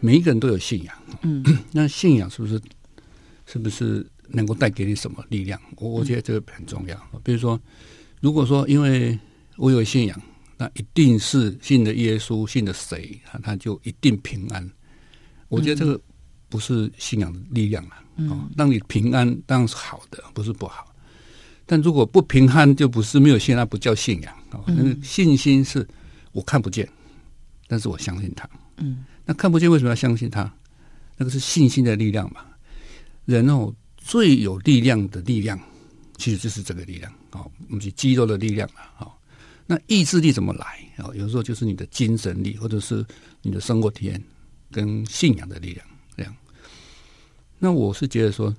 每一个人都有信仰，嗯， 那信仰是不是是不是能够带给你什么力量？我我觉得这个很重要。比如说，如果说因为我有信仰，那一定是信的耶稣，信的谁，他他就一定平安。我觉得这个不是信仰的力量了、哦，让你平安当然是好的，不是不好。但如果不平安，就不是没有信仰，那不叫信仰哦。那个信心是我看不见，但是我相信他。嗯，那看不见为什么要相信他？那个是信心的力量嘛。人哦，最有力量的力量，其实就是这个力量哦，我们是肌肉的力量啊。哦，那意志力怎么来哦？有时候就是你的精神力，或者是你的生活体验跟信仰的力量这样。那我是觉得说，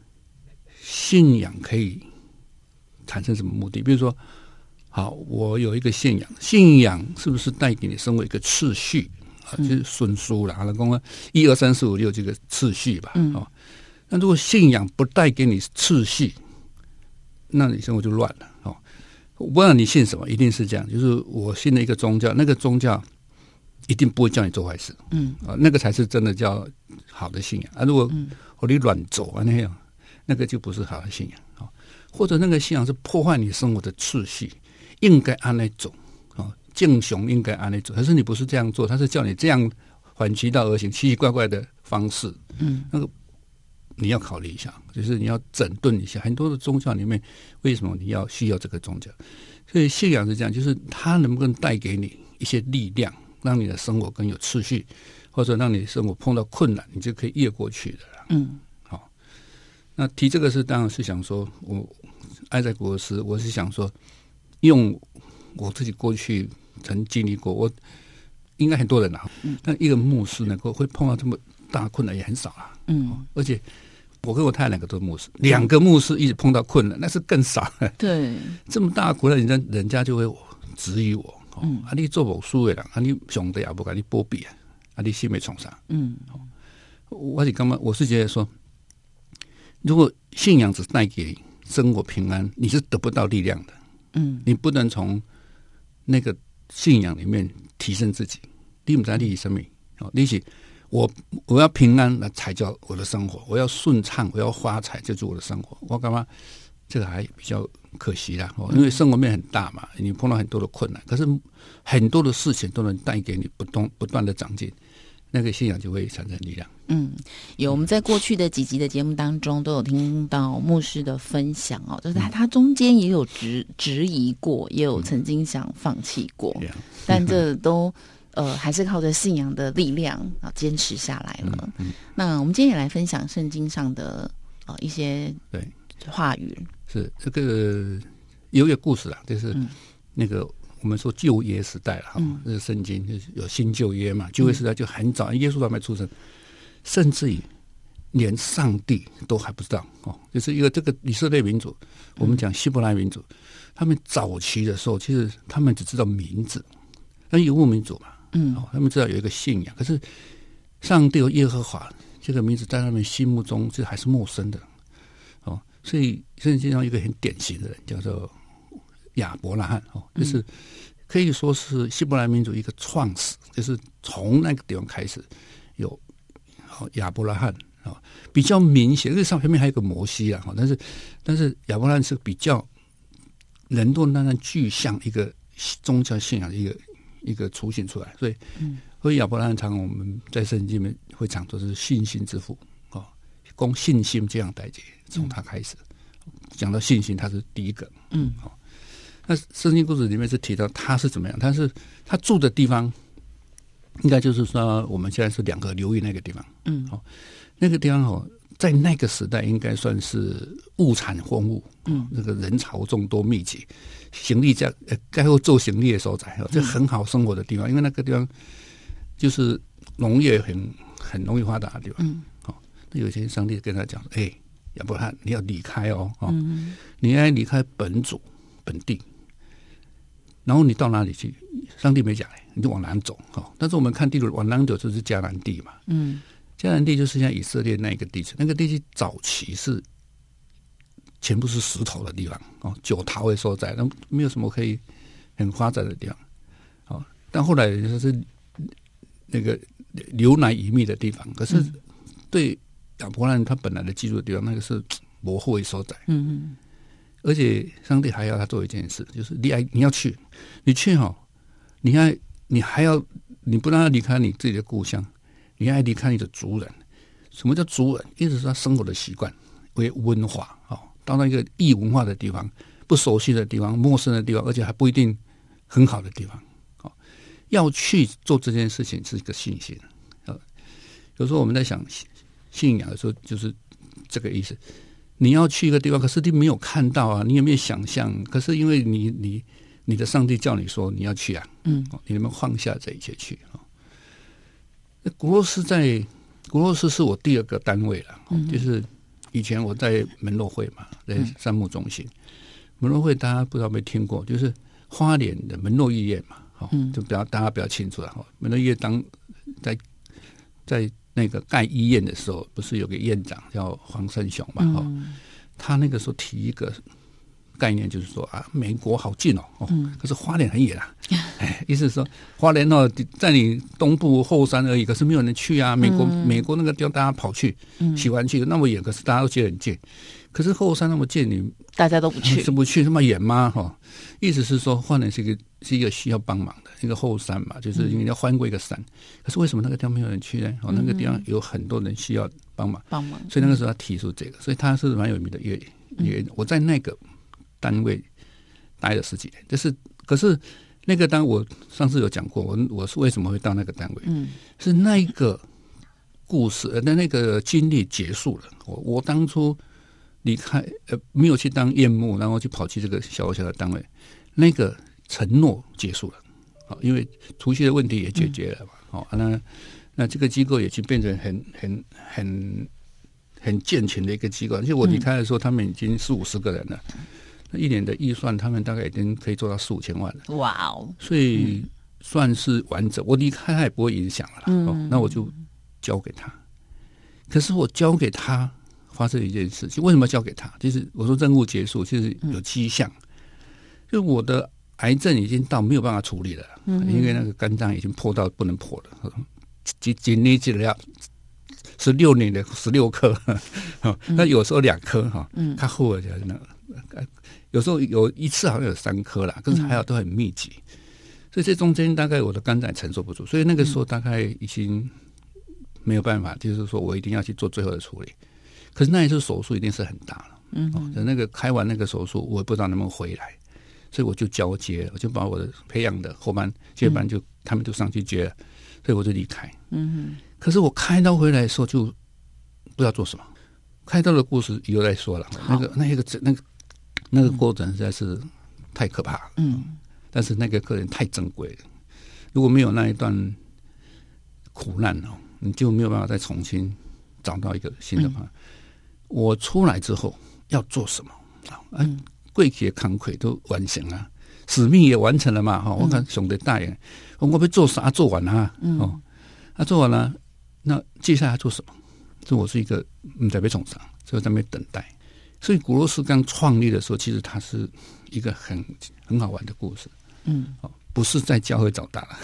信仰可以产生什么目的？比如说，好，我有一个信仰，信仰是不是带给你生活一个次序？啊，就是顺书啦，那讲啊，一二三四五六这个次序吧。哦，那如果信仰不带给你次序，那你生活就乱了。哦，我不管你信什么，一定是这样，就是我信了一个宗教，那个宗教一定不会叫你做坏事。嗯，啊，那个才是真的叫好的信仰啊。如果我你乱走啊那样，那个就不是好的信仰啊。或者那个信仰是破坏你生活的秩序，应该按那走啊，敬雄应该按那走。可是你不是这样做，他是叫你这样反其道而行，奇奇怪怪的方式。嗯，那个你要考虑一下，就是你要整顿一下。很多的宗教里面，为什么你要需要这个宗教？所以信仰是这样，就是它能不能带给你一些力量，让你的生活更有秩序，或者让你生活碰到困难，你就可以越过去的啦。嗯，好。那提这个是当然是想说，我爱在国师，我是想说，用我自己过去曾经历过，我应该很多人啊，但一个牧师能够会碰到这么大困难也很少啦。嗯，而且我跟我太太两个都是牧师，两个牧师一直碰到困难，那是更少了。对，这么大国人家人家就会质疑我，哦、嗯啊你做某术的人，啊你熊的也不敢你波比啊，啊你心没创伤。哦嗯我是干嘛？我是觉得说，如果信仰只带给你生活平安，你是得不到力量的，嗯你不能从那个信仰里面提升自己。你不在利益生命，哦，你是我我要平安，那才叫我的生活；我要顺畅，我要发财，就是我的生活。我干嘛？这个还比较可惜啦，哦，因为生活面很大嘛，你碰到很多的困难，可是很多的事情都能带给你不断不断的长进，那个信仰就会产生力量。嗯，有我们在过去的几集的节目当中都有听到牧师的分享哦，就是他嗯他中间也有质质疑过，也有曾经想放弃过，这样但这都呃还是靠着信仰的力量啊坚持下来了。嗯那我们今天也来分享圣经上的呃一些对话语，是这个有一个故事啊，就是那个我们说旧约时代了哈，这是圣经就是有新旧约嘛，旧约时代就很早，耶稣还没出生，甚至于连上帝都还不知道哦，就是一个这个以色列民族，我们讲希伯来民族，他们早期的时候，其实他们只知道名字，那游牧民族嘛，嗯、哦，他们知道有一个信仰，可是上帝和耶和华这个名字在他们心目中这还是陌生的。哦，所以圣经上有一个很典型的人叫做亚伯拉罕哦，就是可以说是希伯来民族一个创始，就是从那个地方开始有哦亚伯拉罕哦，比较明显，这上面还有个摩西啊，哦但是但是亚伯拉罕是比较人都那样具象一个宗教信仰的一个一个雏形出来，所以所以亚伯拉罕常我们在圣经里面会常说是信心之父哦，供信心这样代接，从他开始、讲到信心，他是第一个。嗯，好、那圣经故事里面是提到他是怎么样，他是他住的地方，应该就是说我们现在是两河流域那个地方，嗯好、那个地方哦，在那个时代应该算是物产丰富，嗯，那个人潮众多密集，行李价呃，该后做行李的所在，哦，这很好生活的地方，因为那个地方就是农业很很容易发达的地方，嗯，好、那有一天上帝跟他讲，哎，亚伯拉罕，你要离开哦，哦，你要离开本族本地，然后你到哪里去？上帝没讲、哎你就往南走哈、哦。但是我们看地图，往南走就是迦南地嘛。嗯，迦南地就是像以色列那一个地区，那个地区早期是全部是石头的地方哦，九桃的所在，那没有什么可以很发展的地方。哦，但后来就是那个流难遗密的地方，可是对亚伯兰他本来的居住的地方，那个是模糊的所在。嗯而且上帝还要他做一件事，就是你爱你要去，你去哈、你还你还要你不让他离开你自己的故乡，你还离开你的族人。什么叫族人？意思是他生活的习惯为文化哦，到那个异文化的地方、不熟悉的地方、陌生的地方，而且还不一定很好的地方哦，要去做这件事情是一个信心。呃，有时候我们在想信信仰的时候，就是这个意思。你要去一个地方，可是你没有看到啊，你也没有想象。可是因为你你你的上帝叫你说你要去啊，嗯哦，你能不能放下这一切去啊？哦那古洛斯在古洛斯是我第二个单位了、哦就是以前我在门诺会嘛，在山木中心。门诺会大家不知道有没有听过，就是花莲的门诺医院嘛，哦，就比较大家比较清楚了。哦，门诺医院当在在那个盖医院的时候，不是有个院长叫黄胜雄嘛，哦，他那个时候提一个概念，就是说啊，美国好近哦，哦，可是花莲很远啊， 哎，意思是说花莲哦，在你东部后山而已，可是没有人去啊。美国、美国那个地方大家跑去，喜欢去那么远，可是大家都觉得很近。可是后山那么近，你嗯，大家都不 去这，啊不去那么远吗？哈、意思是说，花莲是一个是一个需要帮忙的一个后山嘛，就是因为要翻过一个山。可是为什么那个地方没有人去呢？哦，那个地方有很多人需要帮忙，帮忙，所以那个时候他提出这个，所以他是蛮有名的乐乐。我在那个单位待了十几年，就是可是那个单我上次有讲过，我我是为什么会到那个单位？嗯是那一个故事，呃，那那个经历结束了。我我当初离开，呃，没有去当夜幕，然后就跑去这个小小的单位，那个承诺结束了。好、因为除夕的问题也解决了嘛。好、那那这个机构也就变成很很很很健全的一个机构。而且我离开的时候，他们已经四五十个人了，那一年的预算，他们大概已经可以做到四五千万了。哇哦，所以算是完整。我离开他也不会影响了啦、哦，那我就交给他。可是我交给他，发生一件事情，为什么要交给他？就是我说任务结束，就是有迹象，就我的癌症已经到没有办法处理了，因为那个肝脏已经破到不能破了，仅仅你只要十六年的十六颗，哦那有时候两颗哈，它后来就是那个。呃有时候有一次好像有三颗啦，可是还好都很密集，所以这中间大概我的肝胆承受不住，所以那个时候大概已经没有办法，就是说我一定要去做最后的处理。可是那一次手术一定是很大了，嗯、哦，就那个开完那个手术，我也不知道能不能回来，所以我就交接了，我就把我的培养的后班接班就、他们就上去接了，所以我就离开。嗯可是我开刀回来的时候就不知道做什么，开刀的故事以后再说了。那个那个那个那个过程实在是太可怕了，嗯，但是那个客人太珍贵了，如果没有那一段苦难哦，你就没有办法再重新找到一个新的方法。我出来之后要做什么啊？嗯，贵企的扛魁都完成了，使命也完成了嘛，哦哈、我看熊得大人，啊我被做啥做完了、啊，哦，那、做完了，那接下来做什么？这我是一个嗯在被重伤，所以在那边等待。所以古罗斯刚创立的时候，其实它是一个很很好玩的故事。嗯，哦，不是在教会长大了，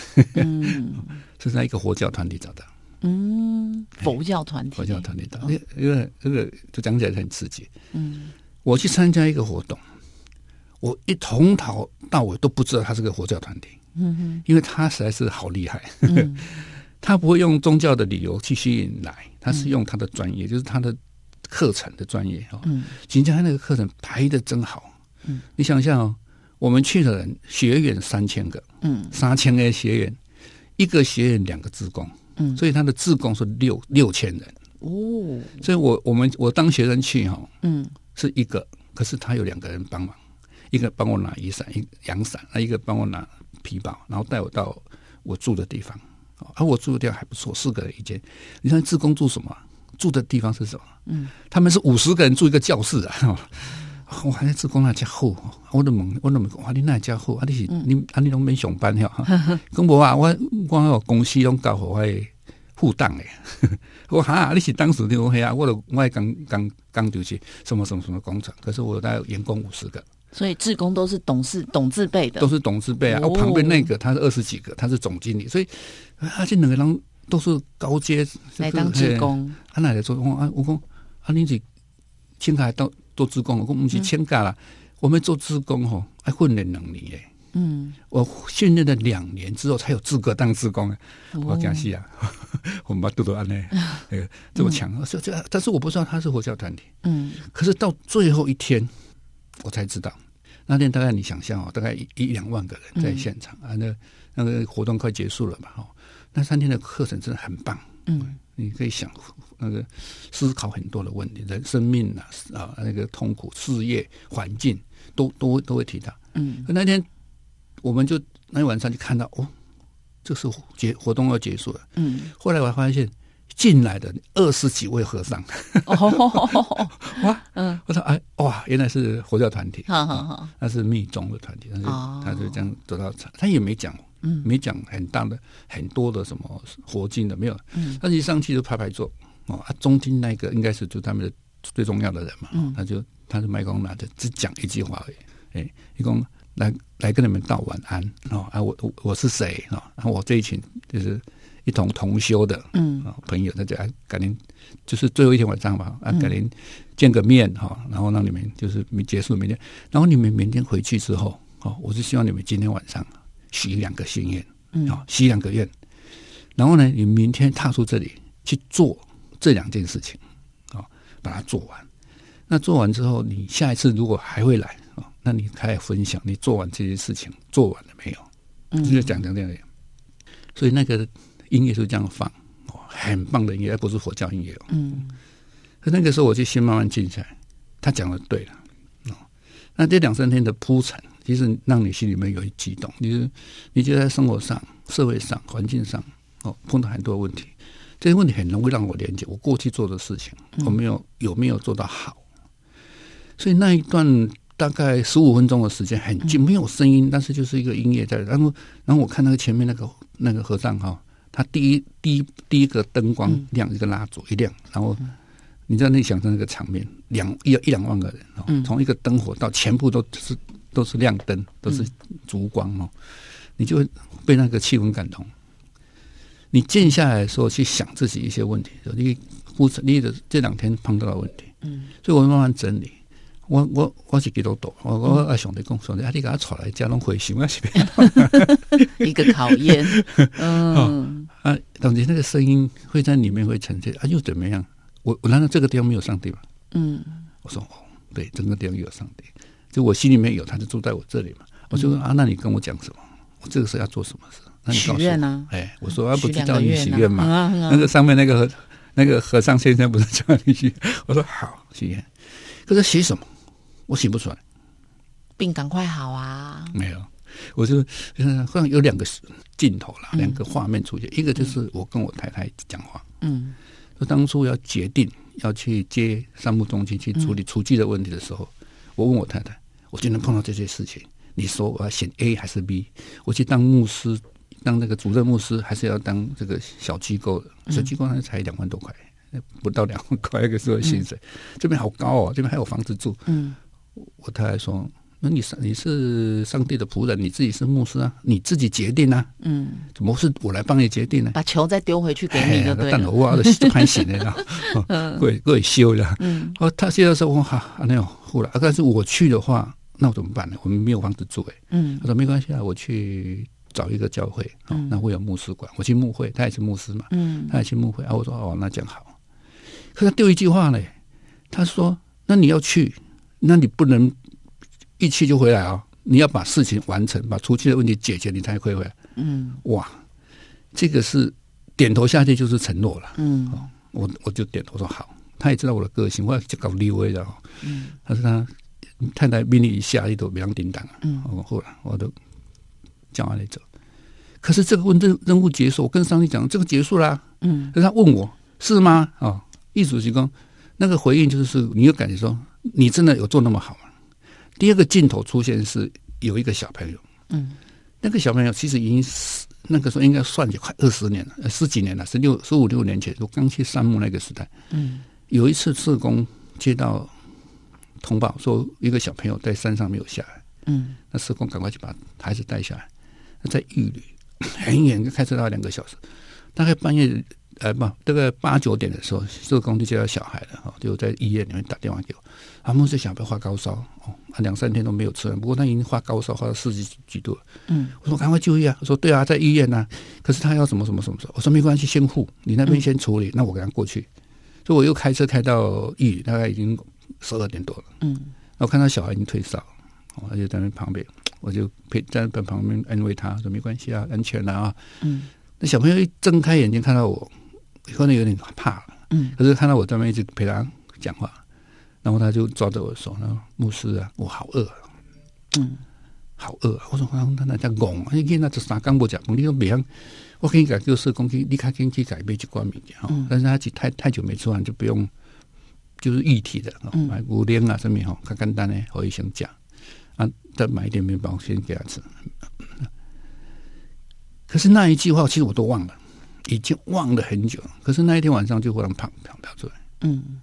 是在一个佛教团体长大，嗯，佛教团体，哎佛教团体长大。因为因为这个就讲起来很刺激。哦嗯，我去参加一个活动，我一从头到尾都不知道他是个佛教团体。嗯因为他实在是好厉害。 他不会用宗教的理由去吸引来，他是用他的专业，就是他的课程的专业哈。嗯，锦江他那个课程排的真好。嗯，你想一下哦，我们去的人学员三千个，嗯，三千个学员，一个学员两个职工，嗯，所以他的职工是六六千人。哦，所以我我们我当学生去哈、嗯，是一个，可是他有两个人帮忙，一个帮我拿雨伞、一阳伞，那一个帮我拿皮包，然后带我到我住的地方。哦啊，我住的地方还不错，四个人一间。你看志工住什么啊？住的地方是什么？嗯，他们是五十个人住一个教室啊。 哦我还在志工那家好，哦我都问，我都问，哇，你那家好，啊，你是、你啊，你拢免上班了？哈讲无啊，我我那个公司拢搞互我的互档诶。我哈、你是当时的我嘿啊，我的我的刚刚刚就是什么什么什么工厂，可是我大概员工五十个，所以志工都是懂事懂字辈的都，是董事辈啊。哦我、旁边那个他是二十几个，他是总经理，所以啊，这两个人都是高阶来当志。就是嘿工，啊，那来做工啊，我讲啊，你是请假还当做志工，我讲不嗯是请假啦，我们做志工吼，还训练两年诶。嗯，我训练了两年之后才有资格当志工啊！哦我讲是啊， 我们把杜杜 安呢，呃，这么强，这这，但是我不知道他是佛教团体，嗯，可是到最后一天，我才知道，那天大概你想象哦，大概一一两万个嗯人在现场、啊，那那个活动快结束了嘛，哦，那三天的课程真的很棒，嗯，你可以想那个思考很多的问题，人生命啊啊，那个痛苦、事业、环境都都会都会提到，嗯，那天我们就那天晚上就看到哦，这是结活动要结束了，嗯，后来我还发现进来的二十几位和尚，哦， 哇，嗯，我说哎哇，原来是佛教团体，好好好，那是密宗的团体，但是哦他就这样得到禅，他也没讲，嗯，没讲很大的很多的什么活经的没有，嗯，他一上去就排排坐，哦，啊，中间那个应该是就他们的最重要的人嘛，哦他就他就麦克风拿着只讲一句话而已，哎，一共来来跟你们道晚安哦，啊，我我我是谁哦，啊，我这一群就是一同同修的，嗯啊，朋友，大家改天就是最后一天晚上吧，啊，改天见个面哈、然后让你们就是结束明天，然后你们明天回去之后，哦，我是希望你们今天晚上许两个心愿，嗯，啊、许两个愿，然后呢，你明天踏出这里去做这两件事情，啊、把它做完。那做完之后，你下一次如果还会来啊、哦，那你开始分享你做完这些事情做完了没有？嗯，就是讲讲这样的。所以那个音乐就这样放，哦，很棒的音乐，而不是佛教音乐、哦。嗯，那个时候我就心慢慢静下来，他讲的对了。哦，那这两三天的铺陈，其实让你心里面有一激动，你就你就在生活上、社会上、环境上，哦，碰到很多问题，这些问题很容易让我连接我过去做的事情，我没有有没有做到好。所以那一段大概十五分钟的时间很静，没有声音，但是就是一个音乐在。然后，然后我看那个前面那个那个和尚哈、哦他第一第一第一个灯光亮一个蜡烛一亮，然后你在那里想象那个场面，两一一两万个人哦，从一个灯火到全部都是都是亮灯，都是烛光哦，你就会被那个气氛感动。你静下来的时候去想自己一些问题，你不你的这两天碰到的问题，嗯，所以我慢慢整理。我我我是基督徒，我我啊上帝讲上帝，啊你给他带来，家拢回想啊是不是？ 一个考验，嗯，啊，总之那个声音会在里面会呈现啊，又怎么样？我我难道这个地方没有上帝吗？嗯，我说哦，对，整个地方有上帝，就我心里面有，他就住在我这里嘛。我嗯就说啊，那你跟我讲什么？我这个时候要做什么事？那你告诉我许愿啊哎，我说啊，不是许两叫个你月许呢愿嘛？嗯啊那个上面那个和那个和尚先生不是叫你许？ 我说好许愿，可是许什么？我许不出来，病赶快好啊，没有。我就嗯，好像有两个镜头啦，两个画面出现，一个就是我跟我太太讲话，嗯就当初要决定要去接商务中心去处嗯理厨具的问题的时候，我问我太太，我今天碰到这些事情，你说我要选 A 还是 B？我去当牧师，当那个主任牧师，还是要当这个小机构的？嗯小机构那才两万多块，不到两万块一个时候的薪水，这边好高哦，这边还有房子住。嗯我太太说。那你上你是上帝的仆人，你自己是牧师啊，你自己决定啊，嗯，怎么是我来帮你决定呢？把球再丢回去给哎你呀，就那对等了，我我就看醒了 啦， 过会过会修啦。嗯哦，他现在说哇，那样好了，啊但是我去的话，那我怎么办呢？我们没有房子住哎、嗯他说没关系啊，我去找一个教会，哦、那会有牧师馆，我去牧会，他也是牧师嘛，嗯他也去牧会啊。我说哦，那这样好。可是他丢一句话呢，他说那你要去，那你不能一去就回来啊、哦。你要把事情完成，把除去的问题解决，你才会回来。嗯哇，这个是点头下去就是承诺了。哦嗯我我就点头说好，他也知道我的个性，我就搞溜威的哦。嗯，他说他太太命令一下，一头两顶档啊。嗯，我后来我都讲完了走。可是这个问任任务结束，我跟上帝讲这个结束啦、嗯可是他问我是吗？啊、哦，易主席公那个回应就是，你有感觉说你真的有做那么好吗？第二个镜头出现是有一个小朋友，嗯那个小朋友其实已经是那个时候应该算起快二十年了，呃十几年了，十六十五六年前，我刚去山木那个时代，嗯有一次社工接到通报说一个小朋友在山上没有下来，嗯那社工赶快去把孩子带下来，那在玉里很远，开车要两个小时，大概半夜呃不，大概八九点的时候，社工就接到小孩了哈、哦，就在医院里面打电话给我，啊他们这小朋友发高烧哦，啊两三天都没有吃饭，不过他已经发高烧发到四十几几度了，嗯，我说赶快就医啊，我说对啊，在医院呐、可是他要什么什么什么什么，我说没关系，先护你那边先处理，那我给他过去，所以我又开车开到玉里，大概已经十二点多了。嗯我看到小孩已经退烧，哦，他就在那旁边，我就陪在在旁边安慰他，说没关系啊，安全了啊。嗯那小朋友一睁开眼睛看到我，可能有点怕了，嗯可是看到我在那边一直陪他讲话，然后他就抓着我的手，然后牧师啊，我好饿啊，嗯好饿、啊！我说，我那在戆，你囡仔就三工无食饭，你都袂晓。我可以改就是讲去，你较紧去改买一寡物件吼嗯。但是他是太太久没吃饭，就不用就是一体的，吼嗯买牛奶啊什么吼，较简单的，可以先食啊，再买一点面包先给他吃。可是那一句话，其实我都忘了，已经忘了很久了。可是那一天晚上就忽然啪啪飘出来。嗯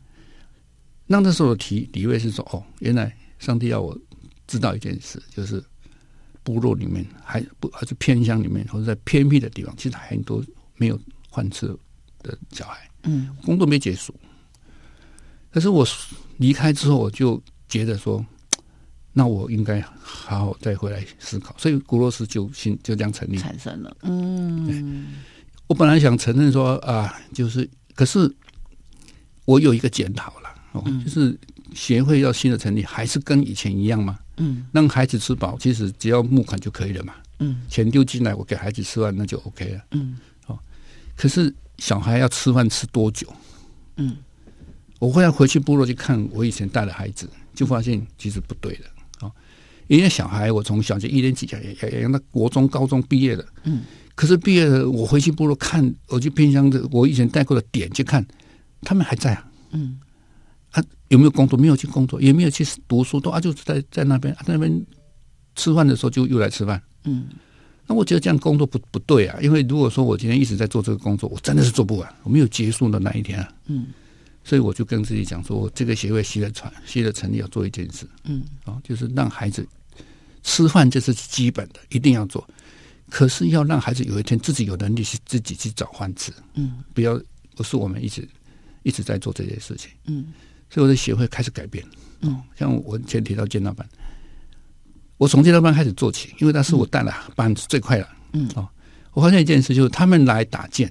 那那时候的体体会是说，哦，原来上帝要我知道一件事，就是部落里面还不还是偏乡里面，或者在偏僻的地方，其实还很多没有饭吃的小孩，嗯工作没结束。可是我离开之后，我就觉得说，那我应该好好再回来思考。所以古罗斯就新就这样成立。产生了，嗯我本来想承认说啊，就是，可是我有一个检讨了，哦，嗯就是协会要新的成立，还是跟以前一样吗？嗯让孩子吃饱，其实只要募款就可以了嘛，嗯钱丢进来，我给孩子吃饭，那就 OK 了。哦嗯可是小孩要吃饭吃多久？嗯，我后来回去部落去看我以前带的孩子，就发嗯现其实不对的啊、哦因为小孩我从小学一年级也也也那国中、高中毕业了，嗯，可是毕业了，我回去部落看，我去偏乡的我以前带过的点去看，他们还在啊，嗯啊，有没有工作？没有去工作，也没有去读书，都啊就是在在那边、啊、那边吃饭的时候就又来吃饭。嗯那我觉得这样工作不不对啊，因为如果说我今天一直在做这个工作，我真的是做不完，我没有结束的那一天啊。嗯所以我就跟自己讲说，我这个协会新的传新的成立要做一件事嗯啊、就是让孩子吃饭，这是基本的，一定要做。可是要让孩子有一天自己有能力去自己去找饭吃，嗯不要不是我们一直一直在做这件事情。嗯所以我的协会开始改变。哦嗯，像我前提到建道班，我从建道班开始做起，因为那是我带了班最快了。嗯，哦，我发现一件事，就是他们来打剑，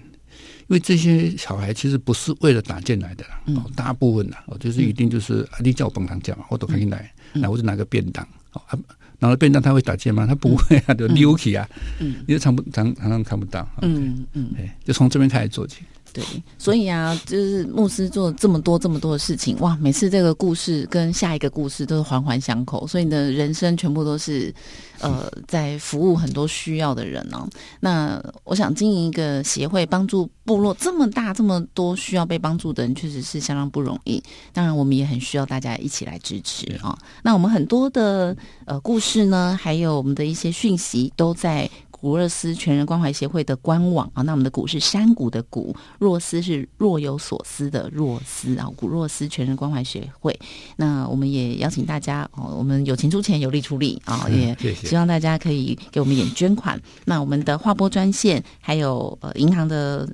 因为这些小孩其实不是为了打剑来的嗯啦，哦，大部分啦，哦，就是一定就是、啊你叫我帮忙讲嘛，我都可以来，嗯然后我就拿个便当，哦，啊拿了便当他会打剑吗？他不会啊，就溜起啊，嗯你就常不常常常看不到，哦嗯嗯。哎，就从这边开始做起。对，所以啊，就是牧师做这么多这么多的事情，哇，每次这个故事跟下一个故事都是环环相扣，所以你的人生全部都是，呃，在服务很多需要的人哦。那我想经营一个协会，帮助部落这么大这么多需要被帮助的人，确实是相当不容易。当然，我们也很需要大家一起来支持啊、哦。那我们很多的呃故事呢，还有我们的一些讯息，都在古热斯全人关怀协会的官网啊。那我们的古是山谷的谷，若斯是若有所思的若斯啊，古若斯全人关怀协会。那我们也邀请大家哦，我们有钱出钱，有力出力啊，也嗯谢谢希望大家可以给我们一点捐款。那我们的划拨专线还有呃银行的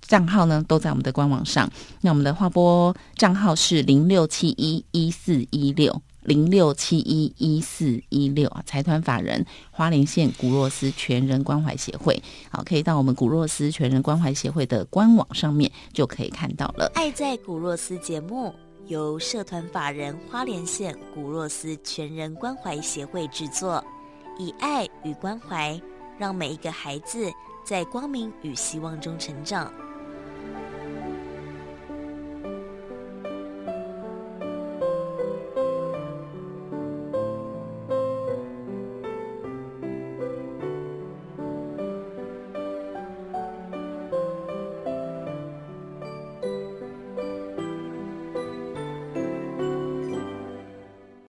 账号呢，都在我们的官网上。那我们的划拨账号是零六七一一四一六零六七一一四一六啊，财团法人花莲县古若斯全人关怀协会。好，可以到我们古若斯全人关怀协会的官网上面就可以看到了。爱在古若斯节目由社团法人花莲县古若斯全人关怀协会制作，以爱与关怀，让每一个孩子在光明与希望中成长。